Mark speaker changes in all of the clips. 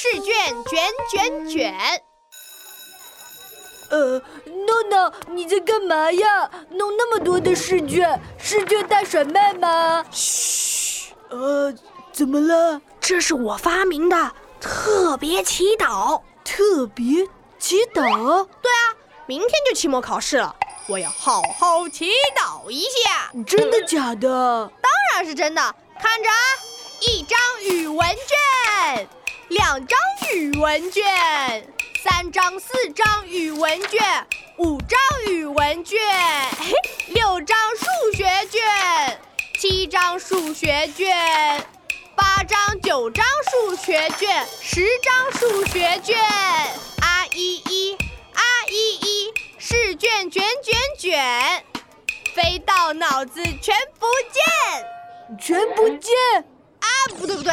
Speaker 1: 卷卷卷。
Speaker 2: 呃，闹闹，你在干嘛呀？弄那么多的试卷，试卷大甩卖吗？
Speaker 3: 嘘，呃，怎么了？
Speaker 4: 这是我发明的特别祈祷。
Speaker 3: 特别祈祷？
Speaker 1: 对啊，明天就期末考试了，我要好好祈祷一下。
Speaker 3: 真的假的？
Speaker 1: 当然是真的，看着啊，一张语文卷，两张语文卷，三张、四张语文卷，五张语文卷，嘿，六张数学卷，七张数学卷，八张、九张数学卷，十张数学卷，啊依依，啊依依，试卷卷卷卷，飞到脑子全不见。
Speaker 2: 全不见，
Speaker 1: 啊，不对不对，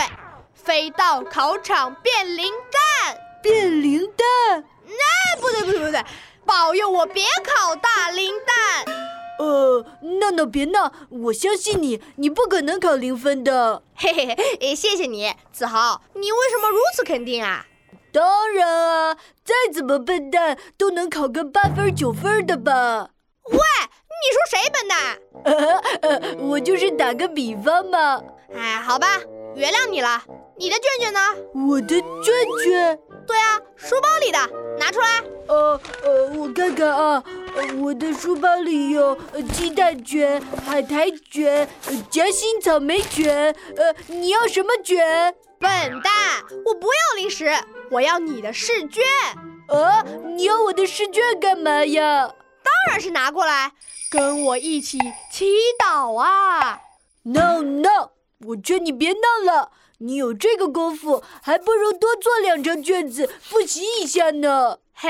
Speaker 1: 飞到考场变零蛋。
Speaker 2: 变零蛋。
Speaker 1: 哎，不对不对不对，保佑我别考大零蛋。
Speaker 2: 呃，闹闹别闹，我相信你，你不可能考零分的。
Speaker 1: 嘿嘿嘿，哎谢谢你，子豪，你为什么如此肯定啊？
Speaker 2: 当然啊，再怎么笨蛋都能考个八分九分的吧？
Speaker 1: 喂，你说谁笨蛋？
Speaker 2: 呃，我就是打个比方嘛。
Speaker 1: 哎，好吧，原谅你了。你的卷卷呢？
Speaker 2: 我的卷卷，
Speaker 1: 对啊，书包里的，拿出来。
Speaker 2: 呃呃，我看看啊，呃我的书包里有呃鸡蛋卷、海苔卷、呃夹心草莓卷，呃，你要什么卷？
Speaker 1: 笨蛋，我不要零食，我要你的试卷。
Speaker 2: 啊，你要我的试卷干嘛呀？
Speaker 1: 当然是拿过来，跟我一起祈祷啊！
Speaker 2: No no，我劝你别闹了。你有这个功夫，还不如多做两张卷子复习一下呢。
Speaker 1: 嘿，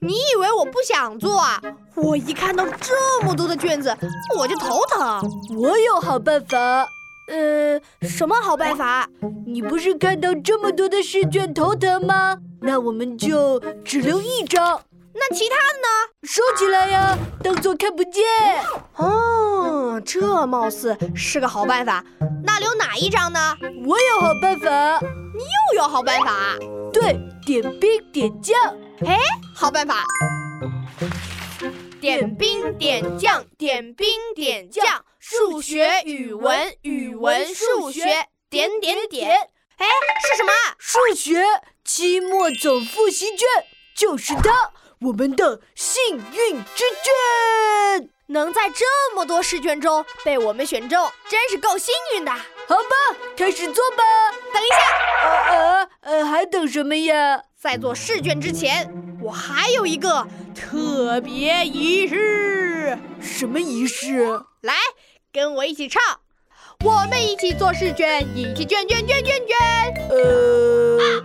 Speaker 1: 你以为我不想做啊？我一看到这么多的卷子，我就头疼。
Speaker 2: 我有好办法。
Speaker 1: 呃，什么好办法？
Speaker 2: 你不是看到这么多的试卷头疼吗？那我们就只留一张，
Speaker 1: 那其他的呢？
Speaker 2: 收起来呀，当做看不见。
Speaker 1: 哦，这貌似是个好办法。那留哪一张呢？
Speaker 2: 我有好办法。
Speaker 1: 又有好办法，
Speaker 2: 对，点兵点将，
Speaker 1: 好办法。点兵点将，点兵点将，数学、语文、语文、数学，点点点。哎，是什么？
Speaker 2: 数学期末总复习卷就是它，我们的幸运之卷。
Speaker 1: 能在这么多试卷中被我们选中，真是够幸运的。
Speaker 2: 好吧，开始做吧。
Speaker 1: 等一下，
Speaker 2: 呃呃呃，还等什么呀？
Speaker 1: 在做试卷之前，我还有一个特别仪式，
Speaker 2: 什么仪式？
Speaker 1: 来，跟我一起唱。我们一起做试卷，一起卷卷卷卷卷。
Speaker 2: 呃，